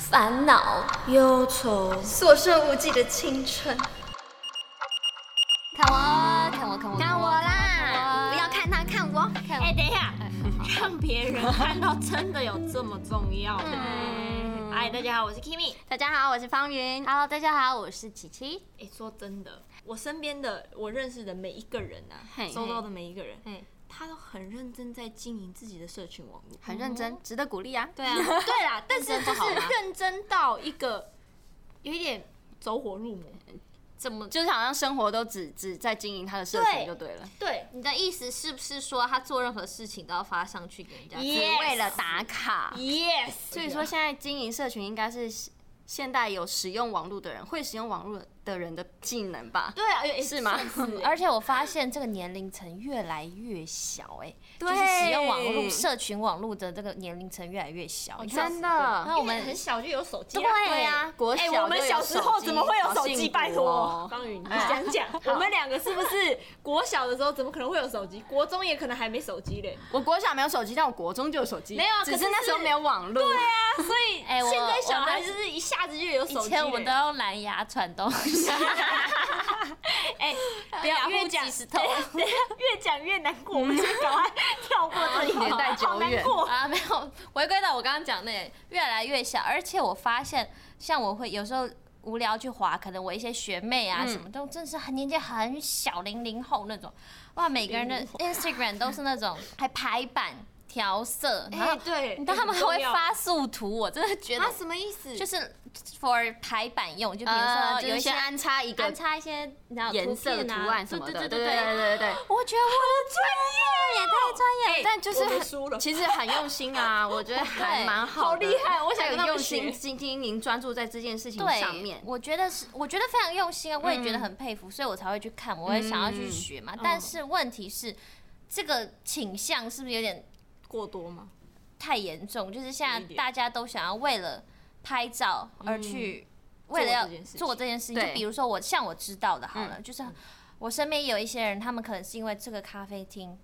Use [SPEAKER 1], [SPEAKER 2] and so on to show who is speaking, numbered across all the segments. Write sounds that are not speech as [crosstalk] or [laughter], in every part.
[SPEAKER 1] 烦恼、
[SPEAKER 2] 忧愁，
[SPEAKER 3] 所剩无几的青春。
[SPEAKER 1] 看我，看我，看我，
[SPEAKER 4] 看我啦！
[SPEAKER 1] 不要看他，看我，看
[SPEAKER 4] 哎，等一下，让别人看到真的有这么重要吗？嗨，嗯大家好，我是 Kimi。
[SPEAKER 1] 大家好，我是方云。Hello，大家好，我是琪琪。
[SPEAKER 4] 哎，说真的，我身边的我认识的每一个人啊
[SPEAKER 1] 嘿，
[SPEAKER 4] 周遭的每一个人，
[SPEAKER 1] 嘿
[SPEAKER 4] 他都很认真在经营自己的社群网络。
[SPEAKER 1] 很认真，值得鼓励啊！
[SPEAKER 4] 嗯对 [laughs] 啊，对啦，但是
[SPEAKER 1] 认
[SPEAKER 4] 就
[SPEAKER 1] 真不好
[SPEAKER 4] 是
[SPEAKER 1] 吗
[SPEAKER 4] 认真到一个有一点走火入魔。
[SPEAKER 1] 怎么就是好像生活都只只在经营他的社群
[SPEAKER 4] 对
[SPEAKER 1] 就对了，
[SPEAKER 4] 对，
[SPEAKER 3] 你的意思是不是说他做任何事情都要发上去给人家看？
[SPEAKER 1] 只
[SPEAKER 4] Yes
[SPEAKER 1] 为了打卡。
[SPEAKER 4] Yes，
[SPEAKER 1] 所以说，现在经营社群应该是现代有使用网络的人会使用网络的人的技能吧？
[SPEAKER 4] 对啊，哎
[SPEAKER 1] 是吗
[SPEAKER 4] 算 [laughs] 是哎
[SPEAKER 5] 而且我发现这个年龄层越来越小、哎，
[SPEAKER 1] 对
[SPEAKER 5] 就是使用网络、社群网络的这个年龄层越来越小。
[SPEAKER 3] 哦
[SPEAKER 1] 真的。
[SPEAKER 5] 那我
[SPEAKER 4] 因为
[SPEAKER 5] 们
[SPEAKER 4] 很小就有手机
[SPEAKER 1] 对
[SPEAKER 4] 啊，
[SPEAKER 1] 呀，国
[SPEAKER 4] 哎、
[SPEAKER 1] 小
[SPEAKER 4] 我们
[SPEAKER 1] 就有
[SPEAKER 4] 小时候
[SPEAKER 1] 手机
[SPEAKER 4] 怎么会有
[SPEAKER 1] 哦
[SPEAKER 4] 手机？拜，托
[SPEAKER 1] 好，幸福哦
[SPEAKER 4] 方宇，你讲讲， [laughs] 我们两个是不 [laughs] 是国小的时候怎么可能会有手机？国中也可能还没手机嘞。
[SPEAKER 1] 我国小没有手机，但我国中就有手机，
[SPEAKER 4] 没有啊
[SPEAKER 1] 只
[SPEAKER 4] 可
[SPEAKER 1] 是
[SPEAKER 4] 是
[SPEAKER 1] 那时候没有网络。对啊，
[SPEAKER 4] 所以
[SPEAKER 5] 哎我
[SPEAKER 4] 现在小
[SPEAKER 5] 我
[SPEAKER 4] 孩
[SPEAKER 5] 们
[SPEAKER 4] 就是一下子就有手
[SPEAKER 5] 以
[SPEAKER 4] 机
[SPEAKER 5] 前我们
[SPEAKER 4] 嘞
[SPEAKER 5] 都用蓝牙传东西，
[SPEAKER 4] 哎、不要越讲，
[SPEAKER 5] 即时
[SPEAKER 4] [laughs]
[SPEAKER 5] 通
[SPEAKER 4] 等一下等一下越讲越难过，我们先赶快跳过这一
[SPEAKER 1] 年代久
[SPEAKER 4] 好难
[SPEAKER 1] 远
[SPEAKER 5] [laughs]
[SPEAKER 4] 过。
[SPEAKER 5] 啊，没有回归到我刚刚讲那越来越小，而且我发现，像我会有时候无聊去滑，可能我一些学妹啊
[SPEAKER 1] 嗯
[SPEAKER 5] 什么都真的是很年纪很小，零零后那种，哇，每个人的 Instagram 都是那种还排版调色，然
[SPEAKER 1] 哎
[SPEAKER 5] 后
[SPEAKER 4] 哎对
[SPEAKER 5] 啊你知道他们还会
[SPEAKER 4] 啊
[SPEAKER 5] 发速图，我真的觉得
[SPEAKER 3] 他什么意思？
[SPEAKER 5] 就是是 for 排版用，就比如
[SPEAKER 1] 呃，
[SPEAKER 5] 说
[SPEAKER 1] 有
[SPEAKER 5] 有
[SPEAKER 1] 一
[SPEAKER 5] 一
[SPEAKER 1] 些
[SPEAKER 5] 些
[SPEAKER 1] 安插一个
[SPEAKER 5] 安插一些然后啊
[SPEAKER 1] 颜色的图案什么的，
[SPEAKER 5] 对
[SPEAKER 1] 对
[SPEAKER 5] 对对对
[SPEAKER 1] 对
[SPEAKER 5] 对。
[SPEAKER 1] 对对。
[SPEAKER 5] 我觉得我的专业也太专业了，
[SPEAKER 1] 但就是
[SPEAKER 4] 我们
[SPEAKER 1] 很
[SPEAKER 4] 输了
[SPEAKER 1] 其实很用心 [laughs] 啊，我觉得还蛮好的，
[SPEAKER 4] 好厉害我想
[SPEAKER 1] 还有
[SPEAKER 4] 跟他们
[SPEAKER 1] 用心
[SPEAKER 4] 学
[SPEAKER 1] 经经营，专注在这件事情
[SPEAKER 5] 对，
[SPEAKER 1] 上面。嗯
[SPEAKER 5] 我觉得是，我觉得非常用心啊，我也觉得很佩服，所以我才会去看，我也想要去学嘛。但是问题是，这个倾向是不是有点
[SPEAKER 4] 过多吗？
[SPEAKER 5] 太严重？就是现
[SPEAKER 4] 有一
[SPEAKER 5] 在
[SPEAKER 4] 点嗯
[SPEAKER 5] 大家都想要为了拍照而去，为了要
[SPEAKER 4] 做这件事情嗯
[SPEAKER 5] 做这件事情，
[SPEAKER 1] 对
[SPEAKER 5] 就比如说我像我知道的，好了，就是我身边有一些人，他们可能是因为这个咖啡厅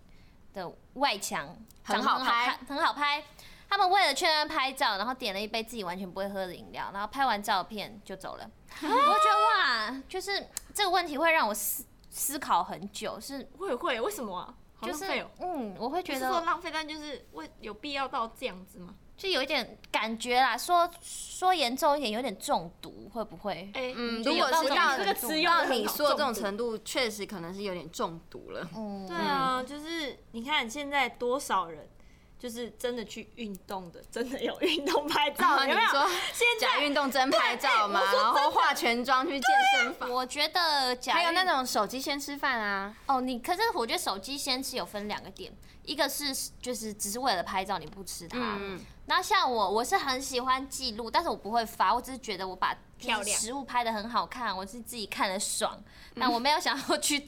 [SPEAKER 5] 的外墙
[SPEAKER 1] 很
[SPEAKER 5] 长得
[SPEAKER 1] 好拍
[SPEAKER 5] 看很好拍。他们为了去那边拍照，然后点了一杯自己完全不会喝的饮料，然后拍完照片就走
[SPEAKER 4] [laughs]
[SPEAKER 5] 了。我就觉得哇，就是这个问题会让我思思考很久，是
[SPEAKER 4] 会会，为什么啊？好
[SPEAKER 5] 就
[SPEAKER 4] 浪
[SPEAKER 5] 是、
[SPEAKER 4] 费哦。
[SPEAKER 5] 嗯，我会
[SPEAKER 4] 不
[SPEAKER 5] 觉
[SPEAKER 4] 是
[SPEAKER 5] 得
[SPEAKER 4] 说浪费，但就是为有必要到这样子吗？
[SPEAKER 5] 就有一点感觉啦，说说严重一点，有点中毒，会不会？
[SPEAKER 4] 哎，
[SPEAKER 1] 嗯，
[SPEAKER 4] 就
[SPEAKER 1] 如
[SPEAKER 4] 有
[SPEAKER 1] 果
[SPEAKER 4] 到
[SPEAKER 1] 是
[SPEAKER 4] 这种
[SPEAKER 1] 到
[SPEAKER 4] 这个词用
[SPEAKER 1] 到
[SPEAKER 4] 得很
[SPEAKER 1] 你
[SPEAKER 4] 好
[SPEAKER 1] 说的这种
[SPEAKER 4] 中毒
[SPEAKER 1] 程度，确实可能是有点中毒了。
[SPEAKER 5] 嗯，
[SPEAKER 4] 对啊，就是你看现在多少人，就是真的去运动的，真的有运动拍照的，
[SPEAKER 1] 你
[SPEAKER 4] 有没有？
[SPEAKER 1] 说
[SPEAKER 4] 现
[SPEAKER 1] 假
[SPEAKER 4] 在
[SPEAKER 1] 运动真拍照嘛，
[SPEAKER 4] 对哎我说
[SPEAKER 1] 然
[SPEAKER 4] 真的
[SPEAKER 1] 后化全妆去健身房，
[SPEAKER 5] 我觉得假
[SPEAKER 1] 还有
[SPEAKER 5] 运
[SPEAKER 1] 那种手机先吃饭啊，
[SPEAKER 5] 哦，你可是我觉得手机先吃有分两个点，一个是就是只是为了拍照你不吃它，
[SPEAKER 1] 嗯嗯
[SPEAKER 5] 那像我我是很喜欢记录，但是我不会发，我只是觉得我把
[SPEAKER 4] 漂亮
[SPEAKER 5] 食物拍的很好看，我是自己看的爽，
[SPEAKER 1] 嗯
[SPEAKER 5] 但我没有想要去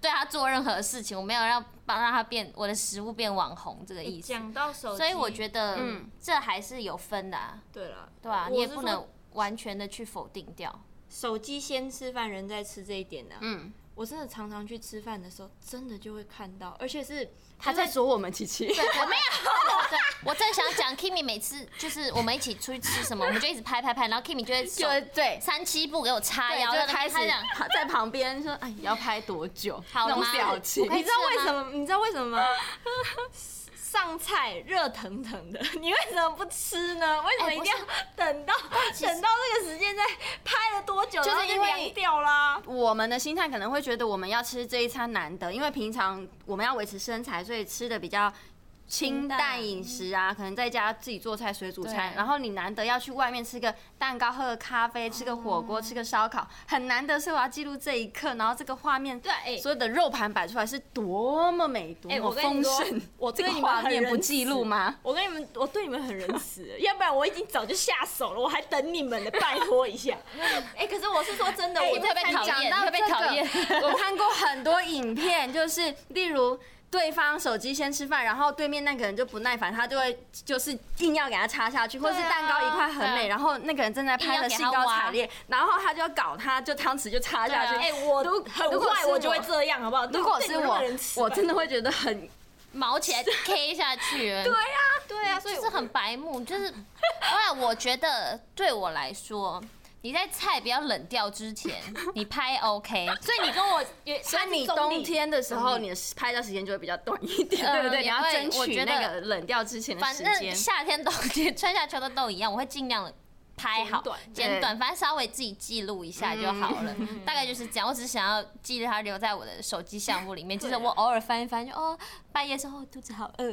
[SPEAKER 5] 对它做任何事情，我没有让帮让它变我的食物变网红这个意思，
[SPEAKER 4] 讲到手机，
[SPEAKER 5] 所以我觉得
[SPEAKER 1] 嗯
[SPEAKER 5] 这还是有分的、啊，
[SPEAKER 4] 对了，
[SPEAKER 5] 对吧、
[SPEAKER 4] 我
[SPEAKER 5] 你也
[SPEAKER 4] 是
[SPEAKER 5] 不
[SPEAKER 4] 说
[SPEAKER 5] 能完全的去否定
[SPEAKER 4] [laughs]
[SPEAKER 5] 掉。
[SPEAKER 4] 手机先吃饭，人再吃这一点呢、
[SPEAKER 1] 嗯，
[SPEAKER 4] 我真的常常去吃饭的时候，真的就会看到，而且是
[SPEAKER 1] 他在说我们琪琪，
[SPEAKER 5] 我没有，对，我正想讲 Kimi 每次就是我们一起出去吃什么，我们就一直拍拍拍，然后 Kimi 就会手
[SPEAKER 1] [laughs] 就对。
[SPEAKER 5] 三七步给我叉
[SPEAKER 1] 对，
[SPEAKER 5] 腰，
[SPEAKER 1] 就
[SPEAKER 5] 在那边
[SPEAKER 1] 开始
[SPEAKER 5] 他讲
[SPEAKER 1] 在旁边说：“哎，要拍多久？”
[SPEAKER 5] 好
[SPEAKER 1] 那种
[SPEAKER 5] 吗
[SPEAKER 1] 表情
[SPEAKER 5] 我，可以
[SPEAKER 4] 你知道为
[SPEAKER 5] 吃
[SPEAKER 4] 什
[SPEAKER 5] 了
[SPEAKER 4] 么？你知道为什么吗？上菜热腾腾的， [laughs] 你为什么不啊吃呢？为什么
[SPEAKER 5] 哎
[SPEAKER 4] 一
[SPEAKER 5] 不
[SPEAKER 4] 定
[SPEAKER 5] 是
[SPEAKER 4] 要等到、 [laughs] 等到这个时间再拍了多久，
[SPEAKER 1] 就是
[SPEAKER 4] 然后
[SPEAKER 1] 因为
[SPEAKER 4] 凉掉啦？
[SPEAKER 1] 我们的心态可能会觉得我们要吃这一餐难得，因为平常我们要维持身材，所以吃的比较清淡饮食啊，可能在家自己做菜、水煮餐。
[SPEAKER 5] 对
[SPEAKER 1] 然后你难得要去外面吃个蛋糕、喝个咖啡、吃个火锅、吃个烧烤，很难得，所以我要记录这一刻，然后这个画面，
[SPEAKER 4] 对哎
[SPEAKER 1] 所有的肉盘摆出来是多么美、多
[SPEAKER 4] 哎
[SPEAKER 1] 么
[SPEAKER 4] 我跟你
[SPEAKER 1] 丰
[SPEAKER 4] 说
[SPEAKER 1] 盛，
[SPEAKER 4] [laughs] 我
[SPEAKER 1] 这
[SPEAKER 4] 对
[SPEAKER 1] 个
[SPEAKER 4] 你们
[SPEAKER 1] 画
[SPEAKER 4] 很
[SPEAKER 1] 面不
[SPEAKER 4] 仁
[SPEAKER 1] 记
[SPEAKER 4] 慈
[SPEAKER 1] 录吗？
[SPEAKER 4] 我跟你们，我对你们很仁慈，要不然我已经早就下手了，我还等你们呢，拜托一下。哎、可是我是说真的，我
[SPEAKER 5] 你会被讨厌
[SPEAKER 1] 讲到
[SPEAKER 5] 会被
[SPEAKER 1] 这个
[SPEAKER 5] 讨 [laughs] 厌
[SPEAKER 1] 我看过很多影片，就是例如。对方手机先吃饭，然后对面那个人就不耐烦，他就会就是硬要给他插下去，或是
[SPEAKER 4] 对啊
[SPEAKER 1] 蛋糕一块很
[SPEAKER 5] 对
[SPEAKER 1] 美，
[SPEAKER 5] 啊
[SPEAKER 1] 然后那个人正在拍
[SPEAKER 5] 硬要
[SPEAKER 1] 的
[SPEAKER 5] 给
[SPEAKER 1] 兴
[SPEAKER 5] 他
[SPEAKER 1] 高
[SPEAKER 5] 挖
[SPEAKER 1] 采烈，然后他就要搞他，就汤匙就插下去。
[SPEAKER 5] 对啊
[SPEAKER 4] 哎、我
[SPEAKER 1] 如如
[SPEAKER 4] 很
[SPEAKER 1] 果
[SPEAKER 4] 坏，
[SPEAKER 1] 是
[SPEAKER 4] 我就会这样，好不好？
[SPEAKER 1] 如果
[SPEAKER 4] 对
[SPEAKER 1] 是
[SPEAKER 4] 你们那么
[SPEAKER 1] 我
[SPEAKER 4] 仁，慈
[SPEAKER 1] 我
[SPEAKER 4] 吧 [laughs]
[SPEAKER 1] 真的会觉得很
[SPEAKER 5] 毛起来 K 下去，对
[SPEAKER 1] 对呀、
[SPEAKER 4] 对啊，所以
[SPEAKER 5] 就是很白目，就是。后来我觉得对我来说，你在菜比较冷掉之前，你拍 OK，
[SPEAKER 4] 所以你跟我也，
[SPEAKER 1] 所以你冬天的时候，你的拍照时间就会比较短一点，
[SPEAKER 5] 嗯
[SPEAKER 1] 对不对？你
[SPEAKER 5] 也
[SPEAKER 1] 要
[SPEAKER 5] 会
[SPEAKER 1] 争
[SPEAKER 5] 我
[SPEAKER 1] 取
[SPEAKER 5] 觉得
[SPEAKER 1] 那个冷掉之前的
[SPEAKER 5] 反
[SPEAKER 1] 时
[SPEAKER 5] 正
[SPEAKER 1] 间。
[SPEAKER 5] 夏天、冬天、春夏秋冬都一样，我会尽量拍好
[SPEAKER 4] 简短
[SPEAKER 5] 简短，反正稍微自己记录一下就好了，大概就是这样。我只是想要记得它留在我的手机项目里面，就是我偶尔翻一翻就，哦，半夜时候肚子好饿。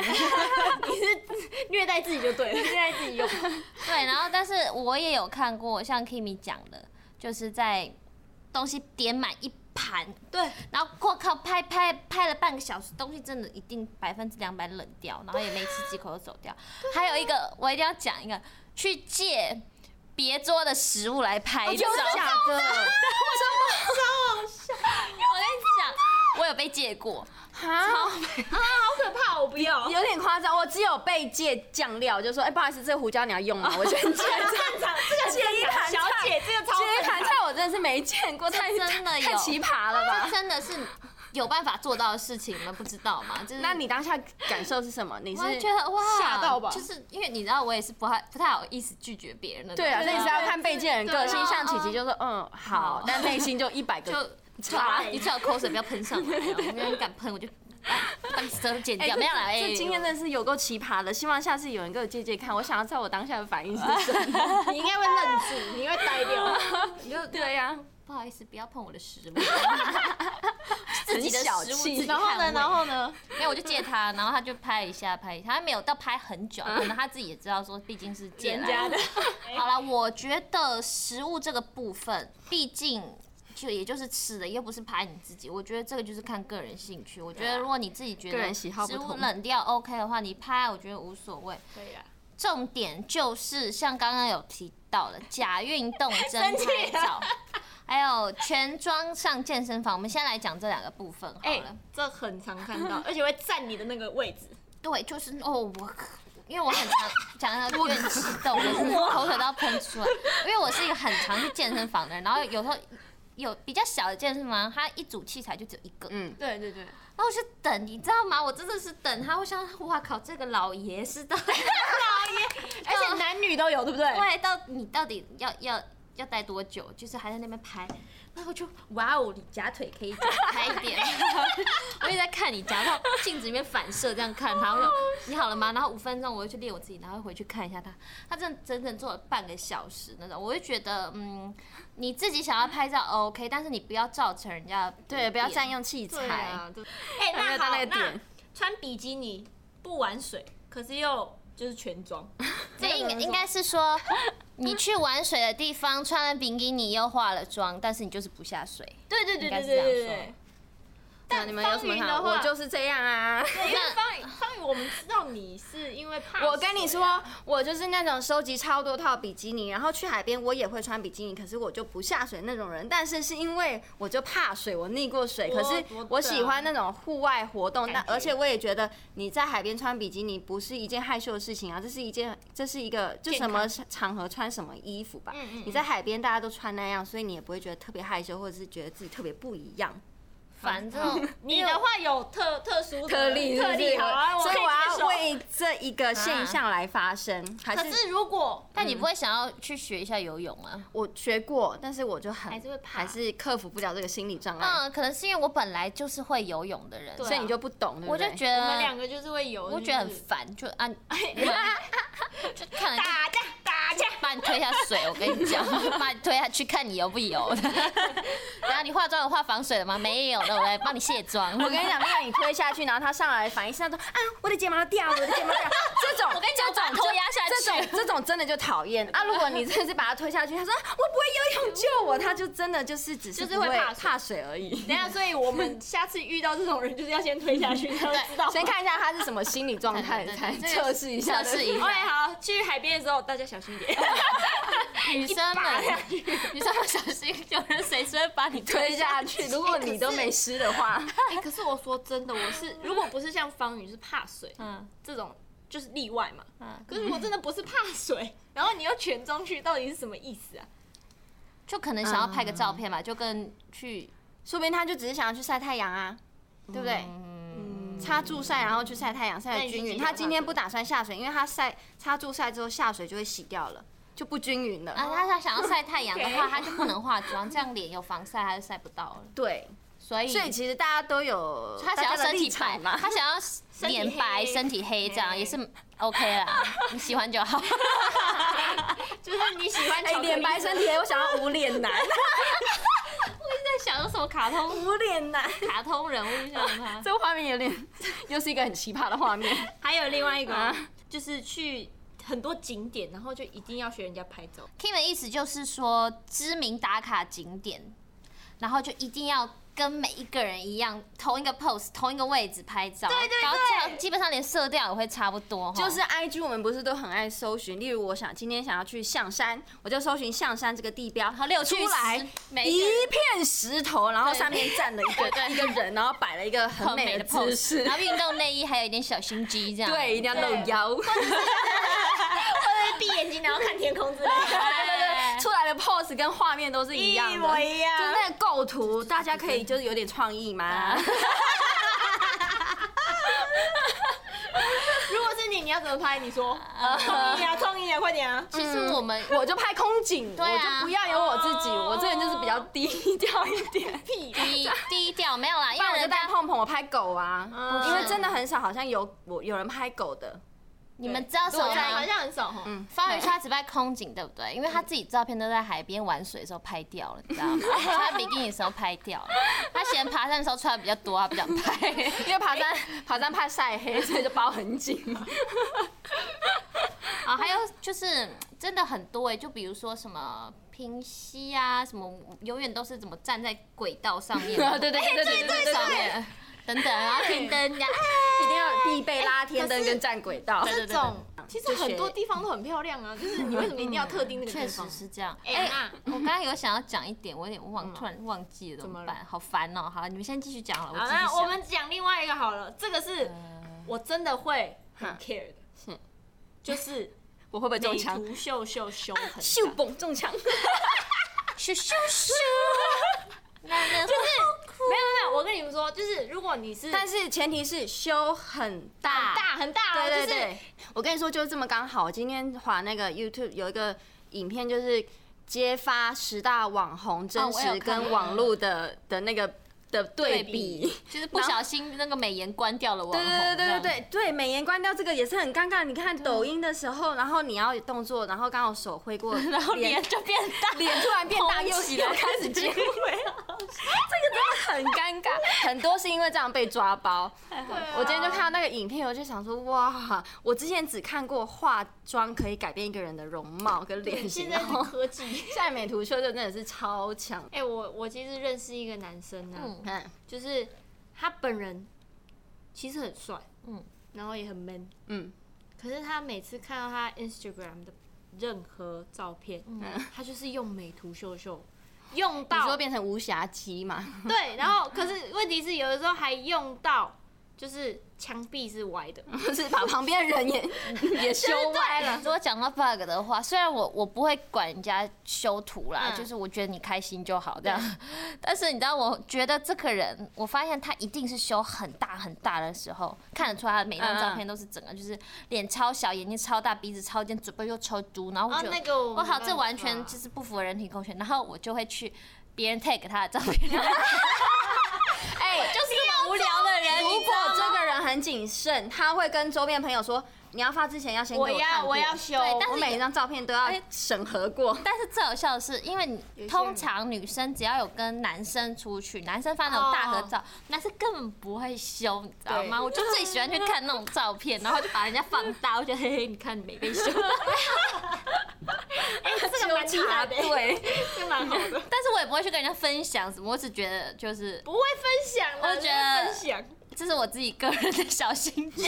[SPEAKER 4] 虐待自己就对了，虐待自己用。
[SPEAKER 5] [laughs] 对，然后但是我也有看过，像 Kimi 讲的，就是在东西点满一盘，
[SPEAKER 4] 对，
[SPEAKER 5] 然后我靠，拍拍拍了半个小时，东西真的一定百分之两百冷掉，然后也没吃几口就走掉。还有一个，我一定要讲一个，去借别桌的食物来
[SPEAKER 1] 哦
[SPEAKER 5] 拍照。
[SPEAKER 1] 假的，
[SPEAKER 5] [laughs] 我跟你讲，我有被借过，
[SPEAKER 1] 好
[SPEAKER 4] 好可怕，我不 [laughs] 要。
[SPEAKER 1] 有点夸张。我只有被借酱料，就说：“哎，不好意思，这个胡椒你要用吗？”我觉得你借 [laughs]
[SPEAKER 4] 正常， [laughs] 这个
[SPEAKER 1] 借一盘
[SPEAKER 4] 小姐，这个超
[SPEAKER 1] 这一盘菜我真的是没见过，太
[SPEAKER 5] 真的有
[SPEAKER 1] 太奇葩了 [laughs] 吧？
[SPEAKER 5] 真的是有办法做到的事情，你们不知道吗？就是
[SPEAKER 1] 那你当下感受是什么？你
[SPEAKER 5] 我
[SPEAKER 1] 是
[SPEAKER 5] 还觉得哇，
[SPEAKER 4] 吓到吧
[SPEAKER 5] 就是因为你知道，我也是不太不太好意思拒绝别人的。
[SPEAKER 1] 对啊，
[SPEAKER 4] 对啊
[SPEAKER 1] 那也是要看被见人个
[SPEAKER 4] 对
[SPEAKER 1] 性。
[SPEAKER 4] 啊
[SPEAKER 1] 像琪琪就说：“嗯，好
[SPEAKER 5] 好。”
[SPEAKER 1] 但内心就一百个
[SPEAKER 5] 就啊
[SPEAKER 4] 差
[SPEAKER 5] 你最好口水不要喷上来、
[SPEAKER 1] [laughs]
[SPEAKER 5] 哦，我要你敢喷我就啊把你舌头剪掉，
[SPEAKER 1] 这
[SPEAKER 5] 没有啦，哎、
[SPEAKER 1] 这经验真的是有够奇葩的，希望下次有人给我借借看。我想要知道我当下的反应是什么。 [laughs]
[SPEAKER 4] 你应该会愣住，你应该会呆掉。
[SPEAKER 1] 你就对啊呀、
[SPEAKER 5] 不好意思，不要碰我的食物， [laughs] 自
[SPEAKER 1] 很
[SPEAKER 5] 己的
[SPEAKER 1] 小
[SPEAKER 5] 食物自
[SPEAKER 1] 气
[SPEAKER 5] 己。
[SPEAKER 4] 然后呢，然后呢？
[SPEAKER 5] 没有我就借他，然后他就拍一下拍一下，他没有到拍很久，可能他自己也知道说，毕竟是借来的。 [laughs] 好了，我觉得食物这个部分，毕竟就也就是吃的，又不是拍你自己。我觉得这个就是看个人兴趣。我觉得如果你自己觉
[SPEAKER 1] 个
[SPEAKER 5] 得
[SPEAKER 1] 人喜好不
[SPEAKER 5] 食物
[SPEAKER 1] 同
[SPEAKER 5] 冷掉 OK 的话，你拍我觉得无所谓。
[SPEAKER 4] 对呀，
[SPEAKER 5] 重点就是像刚刚有提到的假运动真
[SPEAKER 4] 生气
[SPEAKER 5] 拍
[SPEAKER 4] 了
[SPEAKER 5] 照，还有全妆上健身房。我们先来讲这两个部分好
[SPEAKER 4] 哎
[SPEAKER 5] 了。，
[SPEAKER 4] 这很常看到，而且会占你的那个位置。
[SPEAKER 5] 对，就是哦，我因为我很常讲到怨气动，我真的口水都要喷出来。因为我是一个很常去健身房的人，然后有时候有比较小的健身房，它一组器材就只有一个，
[SPEAKER 1] [laughs] 嗯，
[SPEAKER 4] [laughs] 对对哎对，
[SPEAKER 5] 然后我就等，你知道吗？我真的是等他，我想，哇靠，这个老爷是到
[SPEAKER 4] [laughs]
[SPEAKER 5] 底
[SPEAKER 4] 而且男女都有，对不对？
[SPEAKER 5] 对到你到底要要要待多久？就是还在那边拍，
[SPEAKER 4] 然后就哇哦，你夹腿可以夹。
[SPEAKER 5] 拍一
[SPEAKER 4] [laughs]
[SPEAKER 5] 点。我一直在看你夹到镜子里面反射，这样看他，我就你好了吗？然后五分钟我又去练我自己，然后回去看一下他，他真的整整做了半个小时那种，我就觉得嗯，你自己想要拍照 OK，但是你不要造成人家的
[SPEAKER 1] 对，不要占
[SPEAKER 5] 便
[SPEAKER 1] 用器材。
[SPEAKER 4] 对啊，对哎，
[SPEAKER 1] 还没
[SPEAKER 4] 那
[SPEAKER 1] 有到
[SPEAKER 4] 好，
[SPEAKER 1] 那个
[SPEAKER 4] 那
[SPEAKER 1] 点
[SPEAKER 4] 穿比基尼不玩水，可是又就是全妆，
[SPEAKER 5] 宜。
[SPEAKER 4] 这个
[SPEAKER 5] 应
[SPEAKER 4] 怎么
[SPEAKER 5] 应该是说，你去玩水的地方穿了比基尼又化了妆，但是你就是不下水。
[SPEAKER 4] 对对对
[SPEAKER 5] 应该
[SPEAKER 4] 对
[SPEAKER 5] 是
[SPEAKER 4] 对
[SPEAKER 5] 这样说
[SPEAKER 4] 对对。
[SPEAKER 1] 那
[SPEAKER 4] 但
[SPEAKER 1] 你们有什么
[SPEAKER 4] 方云
[SPEAKER 1] 想？
[SPEAKER 4] 的
[SPEAKER 1] 我
[SPEAKER 4] 话，
[SPEAKER 1] 就是这样啊。
[SPEAKER 4] 因为方宇方宇，我们知道你是因为怕水啊。
[SPEAKER 1] 我跟你说，我就是那种收集超多套比基尼，然后去海边我也会穿比基尼，可是我就不下水那种人。但是是因为我就怕水，我溺过水，
[SPEAKER 4] 我啊
[SPEAKER 1] 可是我喜欢那种户外活动。
[SPEAKER 4] 感
[SPEAKER 1] 那
[SPEAKER 4] 觉
[SPEAKER 1] 而且我也觉得你在海边穿比基尼不是一件害羞的事情啊，这是一件，这是一个就
[SPEAKER 4] 健康
[SPEAKER 1] 什么场合穿什么衣服吧
[SPEAKER 4] 嗯嗯嗯。
[SPEAKER 1] 你在海边大家都穿那样，所以你也不会觉得特别害羞，或者是觉得自己特别不一样。
[SPEAKER 5] 反正
[SPEAKER 4] 你的话有特特殊的
[SPEAKER 1] [laughs] 特例是不
[SPEAKER 4] 特
[SPEAKER 1] 是
[SPEAKER 4] 例好啊，
[SPEAKER 1] 所以
[SPEAKER 4] 可以接
[SPEAKER 1] 我
[SPEAKER 4] 受
[SPEAKER 1] 要。为这一个现象来发声，还
[SPEAKER 4] 可
[SPEAKER 1] 是
[SPEAKER 4] 是如果
[SPEAKER 5] 但你不会想要去学一下游泳啊？
[SPEAKER 1] 我学过，但是我就很
[SPEAKER 4] 还是会怕
[SPEAKER 1] 还是克服不了这个心理障碍，
[SPEAKER 5] 嗯，可能是因为我本来就是会游泳的人，
[SPEAKER 4] 对啊
[SPEAKER 1] 所以你就不懂，对不
[SPEAKER 5] 我
[SPEAKER 1] 对
[SPEAKER 5] 就觉
[SPEAKER 4] 我们
[SPEAKER 5] 得
[SPEAKER 4] 两个就是会有，
[SPEAKER 5] 我觉得很烦，就按，
[SPEAKER 4] [laughs]
[SPEAKER 5] 就看了就
[SPEAKER 4] 打架打架。
[SPEAKER 5] 把你推下水，我跟你
[SPEAKER 4] [laughs]
[SPEAKER 5] 讲，把你推下去看你游不游 [laughs] 的。然后你化妆有化防水的吗？没有，那我来帮你卸妆。
[SPEAKER 1] 我跟你讲，那个你推下去，然后他上来反应是那种啊，我的睫毛掉，我的睫毛 [laughs] 掉，这种我跟你
[SPEAKER 5] 讲把头压下
[SPEAKER 1] 这种
[SPEAKER 5] 去
[SPEAKER 1] 这种真的就讨厌 [laughs] 啊！如果你真的是把他推下去，他说啊我不会游泳，救我，他就真的就是只是
[SPEAKER 4] 就是会
[SPEAKER 1] 不
[SPEAKER 4] 怕水
[SPEAKER 1] 怕水而已。
[SPEAKER 4] 等一下，所以我们下次遇到这种人，就是要先推下去，才会知道。
[SPEAKER 1] 先看一下他是什么心理状态，
[SPEAKER 5] 对对
[SPEAKER 1] 才
[SPEAKER 5] 对
[SPEAKER 1] 测试一下。
[SPEAKER 5] 测试一下
[SPEAKER 4] OK，好，去海边的时候大家小心一点。
[SPEAKER 5] [laughs] 女生们，女生们小心，有人随时会把你
[SPEAKER 1] 推
[SPEAKER 5] 推下。
[SPEAKER 1] 下去，如果你都没湿的话，
[SPEAKER 4] 哎、可是我说真的，我是如果不是像方宇是怕水，
[SPEAKER 5] 嗯
[SPEAKER 4] 这种就是例外嘛。
[SPEAKER 5] 嗯，
[SPEAKER 4] 可是我真的不是怕水，然后你又全装去，到底是什么意思啊？
[SPEAKER 5] 就可能想要拍个照
[SPEAKER 1] 嗯
[SPEAKER 5] 片吧，就跟去
[SPEAKER 1] 说不定他就只是想要去晒太阳啊，对不对？
[SPEAKER 5] 嗯。
[SPEAKER 1] 擦助晒，然后去晒太阳，晒
[SPEAKER 3] 那
[SPEAKER 1] 的
[SPEAKER 3] 你是
[SPEAKER 1] 均
[SPEAKER 3] 几
[SPEAKER 1] 匀。
[SPEAKER 3] 点
[SPEAKER 1] 他今天
[SPEAKER 3] 上
[SPEAKER 1] 不打算下水，因为他晒擦助晒之后下水就会洗掉了，就不均匀
[SPEAKER 5] 啊，
[SPEAKER 1] 了。
[SPEAKER 5] 他他想要晒太阳的话，他就不能化妆，这样脸有防晒，他就晒不到了。
[SPEAKER 1] 对，
[SPEAKER 5] 所以
[SPEAKER 1] 所以其实大家都有
[SPEAKER 5] 他想要
[SPEAKER 1] 大家的
[SPEAKER 5] 身体
[SPEAKER 1] 立
[SPEAKER 5] 白
[SPEAKER 1] 场嘛，
[SPEAKER 5] 他
[SPEAKER 4] [laughs]
[SPEAKER 5] 想要脸白、
[SPEAKER 3] 身体黑
[SPEAKER 5] 身体黑这样
[SPEAKER 3] 嗯
[SPEAKER 5] 也是 OK 啦，你喜欢就
[SPEAKER 4] [laughs]
[SPEAKER 5] 好。
[SPEAKER 3] 就是你喜欢
[SPEAKER 1] 哎，
[SPEAKER 3] 巧克力
[SPEAKER 1] 脸白身体黑，我想要无脸男，
[SPEAKER 5] 在想有什么卡通
[SPEAKER 1] 无脸男。
[SPEAKER 5] [laughs] 卡通人物像他？
[SPEAKER 1] [laughs] 这个画面有点，又是一个很奇葩的画面。
[SPEAKER 4] 还有另外一个
[SPEAKER 1] 啊
[SPEAKER 4] 就是去很多景点，然后就一定要学人家拍照。
[SPEAKER 5] Kim 的意思就是说，知名打卡景点，然后就一定要跟每一个人一样，同一个 pose、同一个位置拍照。对对对。然后这样基本上连色调也会差不多。
[SPEAKER 1] [laughs] 就是 I G 我们不是都很爱搜寻，例如我想今天想要去象山，我就搜寻象山这个地标，
[SPEAKER 5] 好六
[SPEAKER 1] 出
[SPEAKER 5] 去十
[SPEAKER 1] 来
[SPEAKER 5] 每
[SPEAKER 1] 一
[SPEAKER 5] 一个人
[SPEAKER 1] 片石头，然后上面站了一个一个人，然后摆了一个很
[SPEAKER 5] 很
[SPEAKER 1] 美
[SPEAKER 5] 美
[SPEAKER 1] 的
[SPEAKER 5] 的
[SPEAKER 1] 姿
[SPEAKER 5] pose，
[SPEAKER 1] 势
[SPEAKER 5] 然。后运动内衣还有一点小心机这样。
[SPEAKER 1] 对，一定要露
[SPEAKER 5] [laughs]
[SPEAKER 1] 腰。 [laughs]
[SPEAKER 4] 闭眼睛然后看天空之类
[SPEAKER 1] 对
[SPEAKER 4] 的，
[SPEAKER 1] 对对，出来的 pose 跟画面都是一样的，
[SPEAKER 4] 一模一样
[SPEAKER 1] 就是那个构图，大家可以就是有点创意嘛。
[SPEAKER 5] 嗯
[SPEAKER 4] 如果是你，你要怎么拍？你说， [laughs] 创意啊，创意啊，快点啊！
[SPEAKER 5] 其实我们
[SPEAKER 1] [laughs] 我就拍空景，
[SPEAKER 5] 对啊哦
[SPEAKER 1] 我就不要有我自己，我这人就是比较低调一点。
[SPEAKER 5] 低低调没有啦，因
[SPEAKER 1] 不然
[SPEAKER 5] 为
[SPEAKER 1] 我就
[SPEAKER 5] 人
[SPEAKER 1] 带
[SPEAKER 5] 家
[SPEAKER 1] 碰碰，我拍狗啊，
[SPEAKER 4] 嗯
[SPEAKER 1] 因为真的很少，好像有我有人拍狗的。
[SPEAKER 5] 你们知道什
[SPEAKER 4] 我
[SPEAKER 5] 么
[SPEAKER 4] 觉得好
[SPEAKER 5] 吗？
[SPEAKER 4] 像很少哈。
[SPEAKER 1] 嗯，
[SPEAKER 5] 方宇他只拍空景，对不对？因为他自己照片都在海边玩水的时候拍掉了，你知道吗？穿比基尼的时候拍掉了，他嫌爬山的时候穿的比较多，他不想拍。
[SPEAKER 1] 因为爬山爬山怕晒黑，所以就包很紧。
[SPEAKER 5] [laughs] 啊，还有就是真的很多哎、就比如说什么平息啊，什么永远都是怎么站在轨道上面，哎
[SPEAKER 1] 对对对对对对对
[SPEAKER 5] 上
[SPEAKER 1] 对，
[SPEAKER 5] 面等等，然后哎停灯呀，
[SPEAKER 1] 一定要必备拉天灯跟站轨道。
[SPEAKER 5] 对对对
[SPEAKER 4] 这
[SPEAKER 5] 对
[SPEAKER 4] 种其实很多地方都很漂亮 [laughs] 啊，就是你为什么一定要特定那个
[SPEAKER 5] 确
[SPEAKER 4] 地
[SPEAKER 5] 实
[SPEAKER 4] 方？
[SPEAKER 5] 是这样。
[SPEAKER 4] 哎，那
[SPEAKER 5] 我刚刚有想要讲一点，我有点忘，突然忘记了，怎
[SPEAKER 4] 么
[SPEAKER 5] 么
[SPEAKER 4] 了
[SPEAKER 5] 办？好烦哦！好，你们先继续讲了，我
[SPEAKER 4] 好，
[SPEAKER 5] 继续
[SPEAKER 4] 那
[SPEAKER 5] 想
[SPEAKER 4] 我们讲另外一个好了，这个是我真的会很
[SPEAKER 1] 嗯
[SPEAKER 4] care 的，就是
[SPEAKER 1] 我会不会中
[SPEAKER 4] 美
[SPEAKER 1] 枪？
[SPEAKER 4] 图秀秀胸 [laughs] 很
[SPEAKER 1] 秀
[SPEAKER 4] 大。
[SPEAKER 1] 蹦中枪，
[SPEAKER 5] 咻咻咻，那那
[SPEAKER 4] 没有没有没有，我跟你们说，就是如果你是
[SPEAKER 1] [laughs] 但是前提是修很大。
[SPEAKER 4] 大很大哦，
[SPEAKER 1] 对
[SPEAKER 4] 就
[SPEAKER 1] 对
[SPEAKER 4] 是
[SPEAKER 1] 对，我跟你说就是这么刚好。我今天划那个 YouTube 有一个影片，就是揭发十大网红真
[SPEAKER 5] 哦我
[SPEAKER 1] 实
[SPEAKER 5] 有看
[SPEAKER 1] 跟网络的的那个的对比。
[SPEAKER 5] 就是不小心那个美颜关掉了网
[SPEAKER 1] [laughs] 对
[SPEAKER 5] 红，
[SPEAKER 1] 对对对对
[SPEAKER 5] 这样，
[SPEAKER 1] 对对，美颜关掉这个也是很尴尬。你看抖音的时候，然后你要有动作，然后刚好手挥过，然后
[SPEAKER 5] 脸就变大，
[SPEAKER 1] 脸突然变大，
[SPEAKER 5] 蓬
[SPEAKER 1] 又
[SPEAKER 5] 起
[SPEAKER 1] 又
[SPEAKER 5] 来
[SPEAKER 1] 开始接回，这个真的很尴尬。很多是因为这样被抓包。
[SPEAKER 4] 啊
[SPEAKER 1] 我今天就看到那个影片，我就想说，哇，我之前只看过化妆可以改变一个人的容貌跟脸型，
[SPEAKER 4] 现
[SPEAKER 1] 然
[SPEAKER 4] 在
[SPEAKER 1] 后
[SPEAKER 4] 是科 [laughs] 技。
[SPEAKER 1] 现在美图秀秀真的是超强。
[SPEAKER 4] 哎，我我其实认识一个男生呢、
[SPEAKER 5] 嗯
[SPEAKER 1] 嗯
[SPEAKER 4] 就是他本人其实很帅，嗯
[SPEAKER 5] 嗯，
[SPEAKER 4] 然后也很 man，
[SPEAKER 1] 嗯，
[SPEAKER 4] 可是他每次看到他 Instagram 的任何照片， [laughs] 他就是用美图秀秀， [laughs] 用
[SPEAKER 1] 你说
[SPEAKER 4] 到
[SPEAKER 1] 变成无瑕肌嘛？ [laughs]
[SPEAKER 4] 对，然后可是问题是有的时候还用到就是墙壁是歪的，
[SPEAKER 1] 就是把旁边的
[SPEAKER 4] [laughs]
[SPEAKER 1] 人也也修歪了。
[SPEAKER 5] 如果讲到 bug 的话，虽然我我不会管人家修图啦，
[SPEAKER 4] 嗯
[SPEAKER 5] 就是我觉得你开心就好这样， [laughs] 但是你知道，我觉得这个人，我发现他一定是修很大很大的时候，看得出来他每张照片都是整个
[SPEAKER 1] 嗯
[SPEAKER 5] 就是脸超小，眼睛超大，鼻子超尖，嘴巴又超嘟，然后我
[SPEAKER 4] 哦
[SPEAKER 5] 觉得、
[SPEAKER 4] 那个我没
[SPEAKER 5] 我好，
[SPEAKER 4] 办
[SPEAKER 5] 这完全
[SPEAKER 1] 嗯
[SPEAKER 4] 法
[SPEAKER 5] 就是不符合人体工学，然后我就会去别人 take 他的照片， [laughs]
[SPEAKER 1] [laughs] 哎、
[SPEAKER 5] 就是这么无聊的人，
[SPEAKER 1] 如
[SPEAKER 5] 你知
[SPEAKER 1] 果
[SPEAKER 5] 道吗
[SPEAKER 1] 这个人很谨慎，他会跟周边朋友说，你要发之前要先给
[SPEAKER 4] 我
[SPEAKER 1] 看
[SPEAKER 4] 要
[SPEAKER 1] 过
[SPEAKER 4] 我要哎修，
[SPEAKER 5] 对但
[SPEAKER 1] 我
[SPEAKER 5] 是
[SPEAKER 1] 每一张照片都要审核过。
[SPEAKER 5] 但是最有效的是，因为
[SPEAKER 4] 有一
[SPEAKER 5] 你
[SPEAKER 4] 些
[SPEAKER 5] 通常女生只要有跟男生出去，男生发那种大合照，男生根本不会修，你知道吗？我就最喜欢去看那种照 [laughs] 片，然后就把人家放大，我觉得嘿嘿，你看你没 [laughs] 被修。
[SPEAKER 4] 哎、这个蛮厉害的，
[SPEAKER 1] 对，
[SPEAKER 4] 这个蛮好的，
[SPEAKER 5] 但是我也不会去跟人家分享什么，我只觉得就是
[SPEAKER 4] 不会分享啦，
[SPEAKER 5] 我觉得
[SPEAKER 4] 不会分享。
[SPEAKER 5] 这是我自己个人的小心机。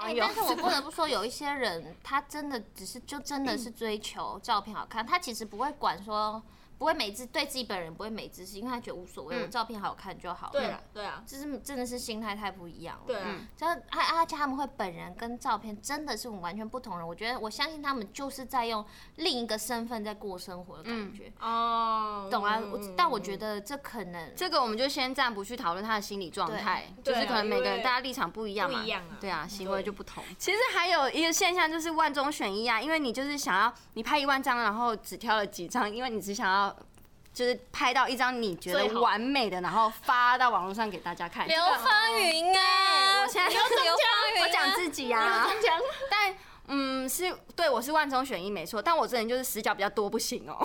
[SPEAKER 5] 哎但是我不得不说，有一些人他真的只是就真的是追求照片好看，他其实不会管说。不会每自对自己本人不会每自信，因为他觉得无所谓，
[SPEAKER 1] 嗯
[SPEAKER 5] 我照片好看就好了。
[SPEAKER 4] 对啊，对啊，
[SPEAKER 5] 就是真的是心态太不一样了。
[SPEAKER 4] 对啊，
[SPEAKER 1] 嗯
[SPEAKER 5] 只要而而且他们会本人跟照片真的是完全不同人，我觉得我相信他们就是在用另一个身份在过生活的
[SPEAKER 1] 嗯
[SPEAKER 5] 感觉，
[SPEAKER 4] 哦，
[SPEAKER 5] 懂啊？
[SPEAKER 4] 嗯
[SPEAKER 5] 我但我觉得这可能
[SPEAKER 1] 这个我们就先暂不去讨论他的心理状态，就
[SPEAKER 4] 对啊
[SPEAKER 1] 是可能每个
[SPEAKER 4] 因
[SPEAKER 1] 人
[SPEAKER 4] 为
[SPEAKER 1] 大家立场不一样嘛，
[SPEAKER 4] 不一样啊
[SPEAKER 1] 对啊，行为
[SPEAKER 4] 对
[SPEAKER 1] 就不同。其实还有一个现象就是万中选一啊，因为你就是想要你拍一万张，然后只挑了几张，因为你只想要。就是拍到一张你觉
[SPEAKER 4] 最
[SPEAKER 1] 得
[SPEAKER 4] 好
[SPEAKER 1] 完美的，然后发到网络上给大家看。
[SPEAKER 5] 刘
[SPEAKER 1] 这个
[SPEAKER 5] 芳云啊，
[SPEAKER 4] 哦
[SPEAKER 1] 我现在 [laughs]
[SPEAKER 5] 刘芳云啊，
[SPEAKER 1] 我讲自己啊，但嗯，是对我是万中选一没错，但我这人就是死角比较多，不行哦。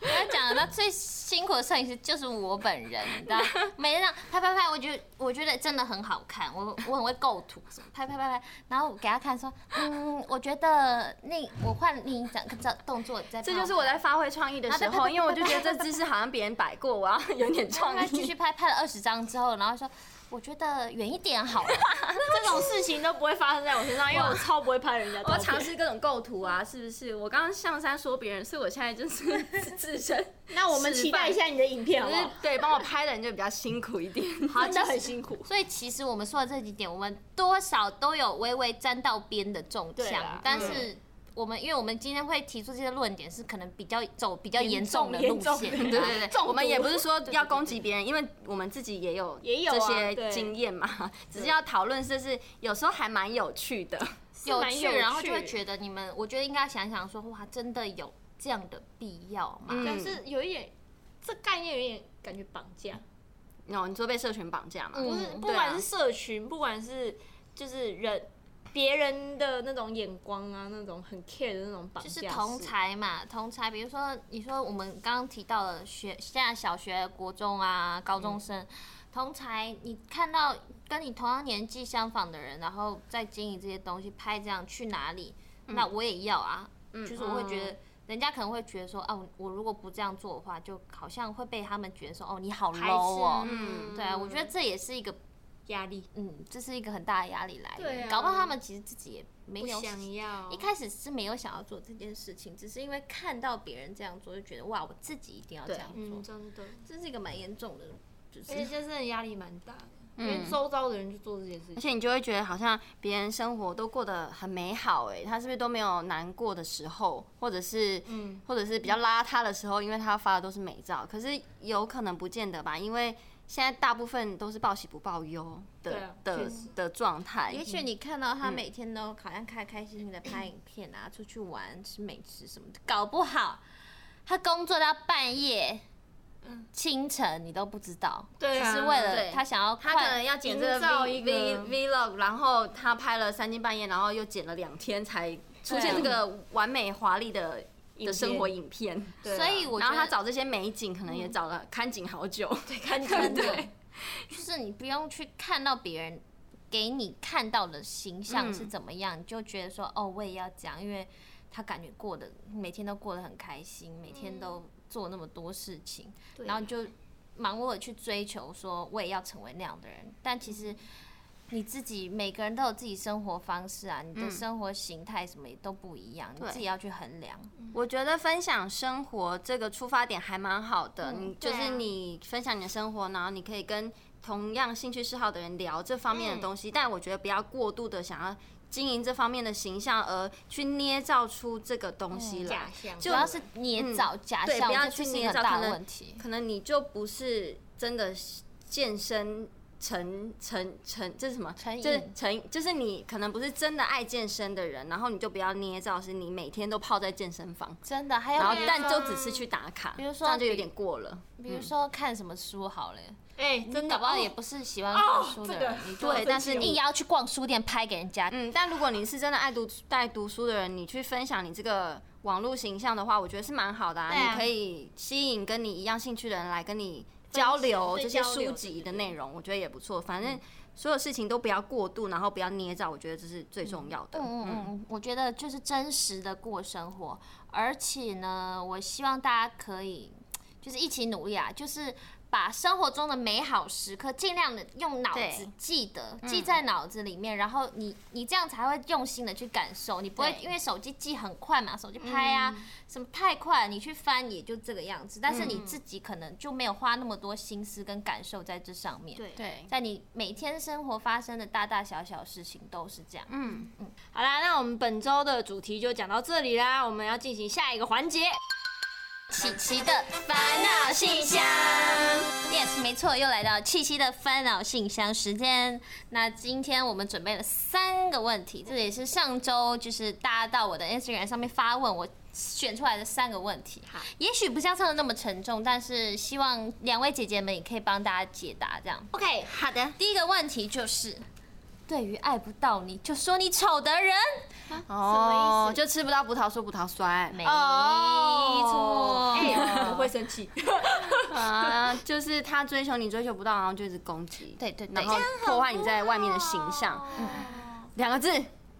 [SPEAKER 5] 我要讲到最辛苦的摄影师就是我本人，你知道，每天这样拍拍拍，我觉得我觉得真的很好看，我我很会构图，什么拍拍拍拍，然后我给他看说，嗯，我觉得那我换另一张照动作再，
[SPEAKER 1] 这就是我在。发挥创意的时
[SPEAKER 5] 然后
[SPEAKER 1] 候，
[SPEAKER 5] 对
[SPEAKER 1] 因为我就觉得这姿势好像别人摆过，我要有
[SPEAKER 5] [laughs]
[SPEAKER 1] 点创
[SPEAKER 5] 他继
[SPEAKER 1] 意
[SPEAKER 5] 续。拍，拍了二十张之后，然后说，我觉得远一点好了。
[SPEAKER 4] 这种事情都不会发生在我身上，因为我超不会拍人家
[SPEAKER 1] 我
[SPEAKER 4] 照
[SPEAKER 1] 要尝
[SPEAKER 4] 片。
[SPEAKER 1] 试各种构图 [laughs] 啊，是不是？我刚刚上山说别人，所以我现在就是 [laughs] 自自身，
[SPEAKER 4] 那我们期待一下你的影片
[SPEAKER 1] 可
[SPEAKER 4] 好不
[SPEAKER 1] 是
[SPEAKER 4] 好？
[SPEAKER 1] 对帮我拍的人就比较辛苦一点。
[SPEAKER 4] 真的很辛苦。
[SPEAKER 5] 所以其实我们说的这几点，我们多少都有微微沾到边的中
[SPEAKER 4] 对
[SPEAKER 5] 枪
[SPEAKER 4] 啦，
[SPEAKER 5] 但是我们因为我们今天会提出这些论点，是可能比较走比较严重的
[SPEAKER 4] 严
[SPEAKER 5] 路
[SPEAKER 4] 重
[SPEAKER 5] 线，啊
[SPEAKER 4] 严重
[SPEAKER 1] [laughs] 对
[SPEAKER 5] 对
[SPEAKER 1] [laughs] 对对，我们也不是说要攻击别人，因为我们自己也有
[SPEAKER 4] 也有啊
[SPEAKER 1] 这些
[SPEAKER 4] 对
[SPEAKER 1] 经验嘛， [laughs] 只是要讨论，就是有时候还蛮有趣的。
[SPEAKER 5] 有
[SPEAKER 4] 蛮
[SPEAKER 5] 趣，
[SPEAKER 4] 有
[SPEAKER 5] 然后
[SPEAKER 4] 趣
[SPEAKER 5] 就会觉得你们，我觉得应该想想说，哇，真的有这样的必要吗？
[SPEAKER 1] 嗯
[SPEAKER 4] 但是有一点，这概念有点感觉绑架，
[SPEAKER 1] 哦，你说被社群绑架嘛？
[SPEAKER 5] 嗯
[SPEAKER 4] 不是
[SPEAKER 5] 对啊
[SPEAKER 4] 不管是社群，不管是就是人别人的那种眼光啊，那种很 care 的那种绑
[SPEAKER 5] 就
[SPEAKER 4] 架
[SPEAKER 5] 是
[SPEAKER 4] 式，
[SPEAKER 5] 同才嘛，同才，比如说你说我们刚刚提到了学，现在小学、国中啊、高
[SPEAKER 4] 嗯
[SPEAKER 5] 中生，同才，你看到跟你同样年纪相仿的人，然后在经营这些东西，拍这样去哪里，
[SPEAKER 4] 嗯
[SPEAKER 5] 那我也要啊，就是我会觉得。人家可能会觉得说，哦、我我如果不这样做的话，就好像会被他们觉得说，哦，你好
[SPEAKER 4] 排斥
[SPEAKER 5] low 哦。
[SPEAKER 1] 嗯
[SPEAKER 5] 对啊，我觉得这也是一个，
[SPEAKER 4] 压力
[SPEAKER 5] 嗯，这是一个很大的压力来
[SPEAKER 4] 对
[SPEAKER 5] 源。
[SPEAKER 4] 啊
[SPEAKER 5] 搞不好他们其实自己也没
[SPEAKER 4] 不
[SPEAKER 5] 有
[SPEAKER 4] 想要
[SPEAKER 5] 一开始是没有想要做这件事情，只是因为看到别人这样做，就觉得哇，我自己一定要这样
[SPEAKER 4] 嗯，
[SPEAKER 5] 做。
[SPEAKER 4] 真的，
[SPEAKER 5] 这是一个蛮严重的，就
[SPEAKER 4] 而且
[SPEAKER 5] 是
[SPEAKER 4] 这真的压力蛮大的，因为周遭的人去做这件事
[SPEAKER 1] 而
[SPEAKER 4] 情，
[SPEAKER 1] 且你就会觉得好像别人生活都过得很美好、哎，他是不是都没有难过的时候，或者是
[SPEAKER 4] 嗯
[SPEAKER 1] 或者是比较邋遢的时候，因为他发的都是美照，可是有可能不见得吧，因为现在大部分都是报喜不报忧
[SPEAKER 4] 对
[SPEAKER 1] 的
[SPEAKER 4] 啊
[SPEAKER 1] 的
[SPEAKER 4] 确实
[SPEAKER 1] 的状态
[SPEAKER 5] 也。许你看到他每天都好像开开心心的拍影片啊，出去玩吃美食什么的，搞不好他工作到半夜。清晨你都不知道，
[SPEAKER 4] 对啊
[SPEAKER 5] 只是为了
[SPEAKER 1] 对
[SPEAKER 5] 嗯他想要
[SPEAKER 1] 他可能
[SPEAKER 5] 快，
[SPEAKER 1] 要剪这个
[SPEAKER 4] 营造
[SPEAKER 1] V
[SPEAKER 4] 一个
[SPEAKER 1] V Vlog，然后他拍了三更半夜，然后又剪了两天才出现这个完美华丽的的生活啊影片。对
[SPEAKER 5] 所以我觉得
[SPEAKER 1] 然后他找这些美景，可能也找了看景好久。嗯 [laughs] 对，
[SPEAKER 5] [laughs]
[SPEAKER 1] 看景
[SPEAKER 5] 真的
[SPEAKER 1] 对，，
[SPEAKER 5] 就是你不用去看到别人给你看到的形象
[SPEAKER 1] 嗯
[SPEAKER 5] 是怎么样，你就觉得说哦，我也要这样，因为他感觉过得每天都过得很开心，每天都
[SPEAKER 1] 嗯
[SPEAKER 5] 做那么多事情，然后你就忙碌的去追求说我也要成为那样的人，但其
[SPEAKER 1] 嗯
[SPEAKER 5] 实。你自己每个人都有自己生活方式啊，你
[SPEAKER 1] 嗯
[SPEAKER 5] 的生活形态什么也都不一样，你自己要去衡量。
[SPEAKER 1] 我觉得分享生活这个出发点还蛮好的，你就
[SPEAKER 5] 对啊
[SPEAKER 1] 是你分享你的生活，然后你可以跟同样兴趣嗜好的人聊这方
[SPEAKER 5] 嗯
[SPEAKER 1] 面的东西，但我觉得不要过度的想要经营这方面的形象，而去捏造出这个东西来。
[SPEAKER 4] 假象，
[SPEAKER 5] 嗯主要是捏造假
[SPEAKER 1] 嗯对
[SPEAKER 5] 象，
[SPEAKER 1] 不要
[SPEAKER 5] 这
[SPEAKER 1] 去
[SPEAKER 5] 是一
[SPEAKER 1] 捏
[SPEAKER 5] 个
[SPEAKER 1] 造
[SPEAKER 5] 很大
[SPEAKER 1] 可
[SPEAKER 5] 的
[SPEAKER 1] 能
[SPEAKER 5] 问题。
[SPEAKER 1] 可能你就不是真的健身成成成，这是什么？
[SPEAKER 5] 成瘾
[SPEAKER 1] 就是成就是你可能不是真的爱健身的人，然后你就不要捏造是你每天都泡在健身房，
[SPEAKER 5] 真的，还有嗯
[SPEAKER 1] 然后
[SPEAKER 5] 比如
[SPEAKER 1] 但
[SPEAKER 5] 说
[SPEAKER 1] 就只是去打卡，
[SPEAKER 5] 比如说
[SPEAKER 1] 这样就有
[SPEAKER 5] 比
[SPEAKER 1] 点过了。嗯
[SPEAKER 5] 比如说看什么书好了，
[SPEAKER 4] 哎，
[SPEAKER 5] 你
[SPEAKER 4] 真的
[SPEAKER 5] 搞不好
[SPEAKER 4] 哦
[SPEAKER 5] 也不是喜欢看书的人，
[SPEAKER 4] 哦
[SPEAKER 5] 你
[SPEAKER 4] 这个
[SPEAKER 5] 就
[SPEAKER 1] 对但是
[SPEAKER 5] 硬
[SPEAKER 1] 你
[SPEAKER 5] 要去逛书店拍给人家，
[SPEAKER 1] 嗯，但如果你是真的爱读爱读书的人，你去分享你这个网络形象的话，我觉得是蛮好的啊。
[SPEAKER 5] 对啊
[SPEAKER 1] 你可以吸引跟你一样兴趣的人来跟你交流
[SPEAKER 4] 对
[SPEAKER 1] 这些
[SPEAKER 4] 交流
[SPEAKER 1] 书籍的内容，我觉得也不错。反正所有事情都不要过度，然后不要捏造，我觉得这是最重要的。
[SPEAKER 5] 嗯嗯嗯，我觉得就是真实的过生活，而且呢，我希望大家可以就是一起努力啊，就是把生活中的美好时刻尽量的用脑
[SPEAKER 1] 对
[SPEAKER 5] 子记得，记在脑子里面，然后你你这样才会用心的去感受，你不会
[SPEAKER 3] 对
[SPEAKER 5] 因为手机记很快嘛，手机拍啊、什么太快，你去翻也就这个样子，但是你自己可能就没有花那么多心思跟感受在这上面。
[SPEAKER 4] 对
[SPEAKER 1] 对，嗯
[SPEAKER 5] 在你每天生活发生的大大小小事情都是这样。
[SPEAKER 1] 嗯嗯，好啦，那我们本周的主题就讲到这里啦，我们要进行下一个环节。
[SPEAKER 5] 琪琪的烦恼信箱，yes，没错，又来到七七的烦恼信箱时间。那今天我们准备了三个问题，这也是上周就是大家到我的 Instagram 上面发问，我选出来的三个问题。
[SPEAKER 1] 好，
[SPEAKER 5] 也许不像上次那么沉重，但是希望两位姐姐们也可以帮大家解答。这样，OK，
[SPEAKER 1] 好的，
[SPEAKER 5] 第一个问题就是，对于爱不到你就说你丑的人，
[SPEAKER 1] 哦，就吃不到葡萄说葡萄酸，
[SPEAKER 5] 没
[SPEAKER 1] 哦
[SPEAKER 5] 错，
[SPEAKER 4] [laughs]
[SPEAKER 1] 哎
[SPEAKER 4] 我会生气。
[SPEAKER 1] 啊，就是他追求你追求不到，然后就一直攻击，
[SPEAKER 5] 对对对
[SPEAKER 1] 然后破坏你在外面的形象，两个字，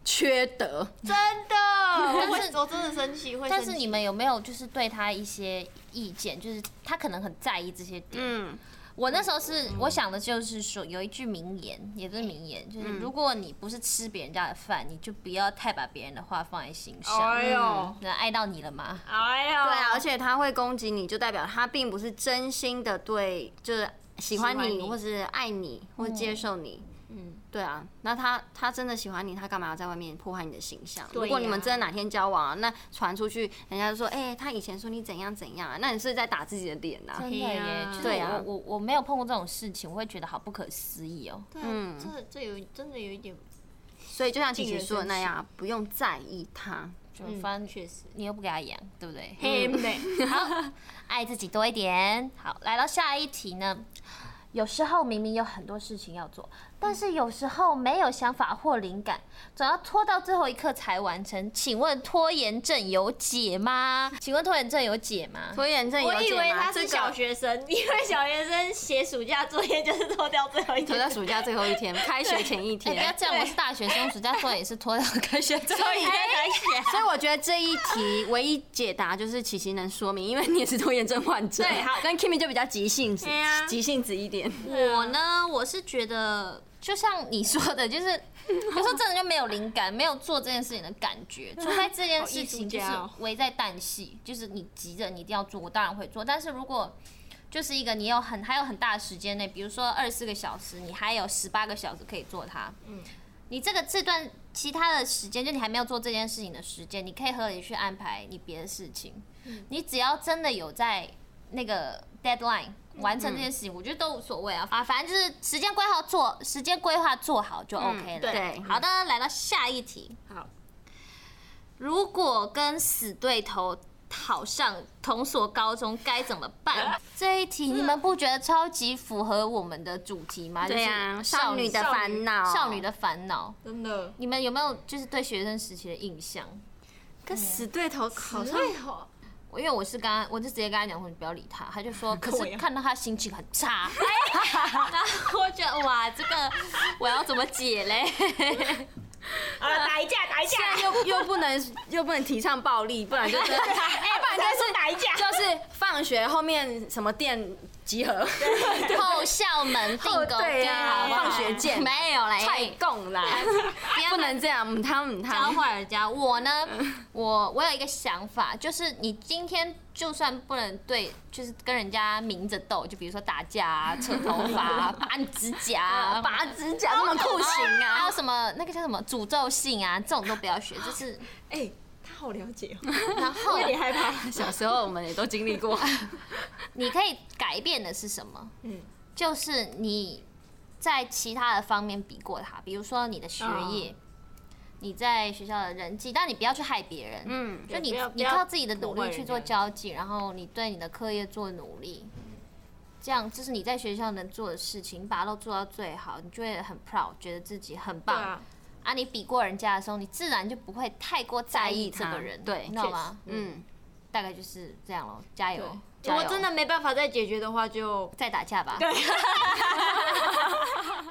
[SPEAKER 1] 缺德。
[SPEAKER 4] [laughs] 真的，
[SPEAKER 5] 但是
[SPEAKER 4] 我真的生气，会
[SPEAKER 5] 但是你们有没有就是对他一些意见？就是他可能很在意这些点。
[SPEAKER 1] 嗯，
[SPEAKER 5] 我那时候是我想的就是说，有一句名言，也不是名言，就是如果你不是吃别人家的饭，你就不要太把别人的话放在心上。
[SPEAKER 4] 哎呦，
[SPEAKER 5] 那爱到你了吗？
[SPEAKER 4] 哎呦，
[SPEAKER 1] 对啊，而且他会攻击你，就代表他并不是真心的对，就是喜欢
[SPEAKER 4] 喜欢
[SPEAKER 1] 你，
[SPEAKER 4] 你
[SPEAKER 1] 或是爱你，或者接受你。嗯，对啊，那他他真的喜欢你，他干嘛要在外面破坏你的形象？
[SPEAKER 4] 对呀
[SPEAKER 1] 如果你们真的哪天交往、啊，那传出去，人家就说，哎、他以前说你怎样怎样啊，那你是在打自己的脸呐、啊
[SPEAKER 5] 真。的耶，哎就是
[SPEAKER 1] 对
[SPEAKER 5] 我
[SPEAKER 1] 啊
[SPEAKER 5] 我我我没有碰过这种事情，我会觉得好不可思议哦。
[SPEAKER 1] 嗯
[SPEAKER 4] 这这有真的有一点，
[SPEAKER 1] 所以就像琪琪说的那
[SPEAKER 4] 令人
[SPEAKER 1] 样，啊不用在意他。
[SPEAKER 5] 就反正
[SPEAKER 4] 确实
[SPEAKER 5] 你又不给他养，对不对？
[SPEAKER 4] 黑妹，
[SPEAKER 5] 爱自己多一点。好，来到下一题呢。有时候明明有很多事情要做，但是有时候没有想法或灵感，总要拖到最后一刻才完成。请问拖延症有解吗？请问拖延症有解吗？
[SPEAKER 1] 拖延症有
[SPEAKER 4] 我以
[SPEAKER 1] 解吗
[SPEAKER 4] 为他是
[SPEAKER 1] 这个
[SPEAKER 4] 小学生，因为小学生写暑假作业就是拖掉最后一
[SPEAKER 1] 拖
[SPEAKER 4] 天
[SPEAKER 1] 到。暑假最后一天，开学前一
[SPEAKER 5] 哎、不要
[SPEAKER 1] 天。
[SPEAKER 5] 这样，我是大学生，暑假作业也是拖到开学最后一
[SPEAKER 1] 哎
[SPEAKER 5] 天。
[SPEAKER 4] 才写，
[SPEAKER 1] 所以我觉得这一题唯一解答就是琪琪能说明，因为你也是拖延症患者，
[SPEAKER 4] 对好
[SPEAKER 1] 跟 Kimi 就比较急性子
[SPEAKER 4] 对啊，
[SPEAKER 1] 急性子一点。
[SPEAKER 5] 我呢，我是觉得，就像你说的，就是 [laughs] 有时候真的就没有灵感，没有做这件事情的感觉。除非这件事情就是
[SPEAKER 4] 好艺术家哦
[SPEAKER 5] 危在旦夕，就是你急着你一定要做，我当然会做。但是如果就是一个你有很还有很大的时间内，比如说二十四个小时，你还有十八个小时可以做它，嗯，你这个这段其他的时间，就你还没有做这件事情的时间，你可以合理去安排你别的事情。你只要真的有在那个 deadline 完成这件事情，我觉得都无所谓啊啊，反正就是时间规划做，时间规划做好就 OK 了。
[SPEAKER 4] 对
[SPEAKER 1] 对
[SPEAKER 5] 好的，来到下一题。
[SPEAKER 4] 好，
[SPEAKER 5] 如果跟死对头考上同所高中该怎么
[SPEAKER 1] [laughs]
[SPEAKER 5] 办？这一题你们不觉得超级符合我们的主题吗？
[SPEAKER 1] 对
[SPEAKER 5] 呀，
[SPEAKER 1] 啊，少女的烦恼，
[SPEAKER 5] 少女。的烦恼。
[SPEAKER 4] [laughs] 真的。
[SPEAKER 5] 你们有没有就是对学生时期的印象？
[SPEAKER 1] 跟死对头考上，
[SPEAKER 4] 好，
[SPEAKER 5] 我因为我是刚刚，我就直接跟他讲说你不要理他，他就
[SPEAKER 1] [laughs]
[SPEAKER 5] 说，可
[SPEAKER 4] 我
[SPEAKER 5] 是
[SPEAKER 4] 也
[SPEAKER 5] 看到他心情很差，然后我觉得哇，这个我要怎么解嘞？
[SPEAKER 1] [laughs]
[SPEAKER 5] [laughs]
[SPEAKER 4] 好了，啊打一架，打一架， [laughs]
[SPEAKER 1] 又又不能又不能提倡暴力，不然就 [laughs] 真的，哎，不然就
[SPEAKER 4] 说打一架，
[SPEAKER 1] 是就是放学后面什么店集合，
[SPEAKER 5] 后校门定
[SPEAKER 1] 后
[SPEAKER 5] 狗
[SPEAKER 1] 对啊
[SPEAKER 5] 好不好
[SPEAKER 1] 放学见
[SPEAKER 5] 没有嘞，
[SPEAKER 1] 太
[SPEAKER 5] [laughs]
[SPEAKER 1] 供啦，不能这样，嗯他们他
[SPEAKER 5] 教
[SPEAKER 1] 们
[SPEAKER 5] 坏人家。我呢，我我有一个想法，就是你今天就算不能对，就是跟人家明着斗，就比如说打架、啊、扯头发啊、拔你指甲 [laughs] 啊、
[SPEAKER 1] 拔指甲这么酷刑
[SPEAKER 5] 还
[SPEAKER 1] 啊
[SPEAKER 5] 有，什么那个叫什么诅咒性啊，这种都不要学。 [laughs] 就是
[SPEAKER 4] 哎，他好了解哦， [laughs]
[SPEAKER 5] 然后
[SPEAKER 4] 我有点害怕。
[SPEAKER 5] 啊
[SPEAKER 1] 小时候我们也都经历 [laughs] 过，
[SPEAKER 5] 你可以改变的是什么？
[SPEAKER 4] 嗯，
[SPEAKER 5] 就是你在其他的方面比过他，比如说你的学业。你在学校的人际，但你不要去害别人。
[SPEAKER 1] 嗯
[SPEAKER 5] 就
[SPEAKER 4] 对
[SPEAKER 5] 你
[SPEAKER 4] 不要
[SPEAKER 5] 你
[SPEAKER 4] 不要
[SPEAKER 5] 靠自己的努
[SPEAKER 4] 破
[SPEAKER 5] 力
[SPEAKER 4] 坏人
[SPEAKER 5] 去做
[SPEAKER 4] 家
[SPEAKER 1] 啊
[SPEAKER 5] 交际，然后你对你的课业做努力，这样这是你在学校能做的事情，你把它都做到最好，你就会很 proud，觉得自己很棒。啊，你比过人家的时候，你自然就不会太过在意这
[SPEAKER 1] 在意他
[SPEAKER 5] 个人，
[SPEAKER 1] 对
[SPEAKER 5] 你知道
[SPEAKER 4] 确
[SPEAKER 5] 吗？
[SPEAKER 1] 嗯，
[SPEAKER 5] 大概就是这样咯，加油！
[SPEAKER 4] 如
[SPEAKER 5] 加
[SPEAKER 4] 果
[SPEAKER 5] 油
[SPEAKER 4] 真的没办法再解决的话，就
[SPEAKER 5] 再打架吧。 [laughs]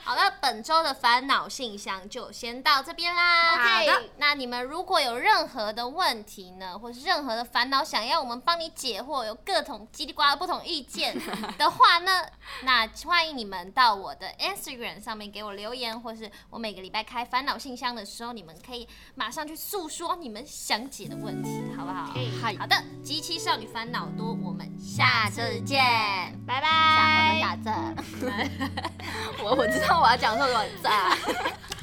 [SPEAKER 5] 好了，本周的烦恼信箱就先到这边啦。
[SPEAKER 3] 好的，
[SPEAKER 5] 那你们如果有任何的问题呢，或是任何的烦恼想要我们帮你解惑，有各种叽里呱啦不同意见的话呢，
[SPEAKER 3] [laughs]
[SPEAKER 5] 那欢迎你们到我的 Instagram 上面给我留言，或是我每个礼拜开烦恼信箱的时候，你们可以马上去诉说你们想解的问题，好不好？
[SPEAKER 1] 嗨
[SPEAKER 5] 好的，《极其少女烦恼多》，我们下次见，
[SPEAKER 3] 拜
[SPEAKER 5] 下我们
[SPEAKER 3] 拜。
[SPEAKER 5] 打字。 [laughs]
[SPEAKER 1] 我我知道我要讲什么，在。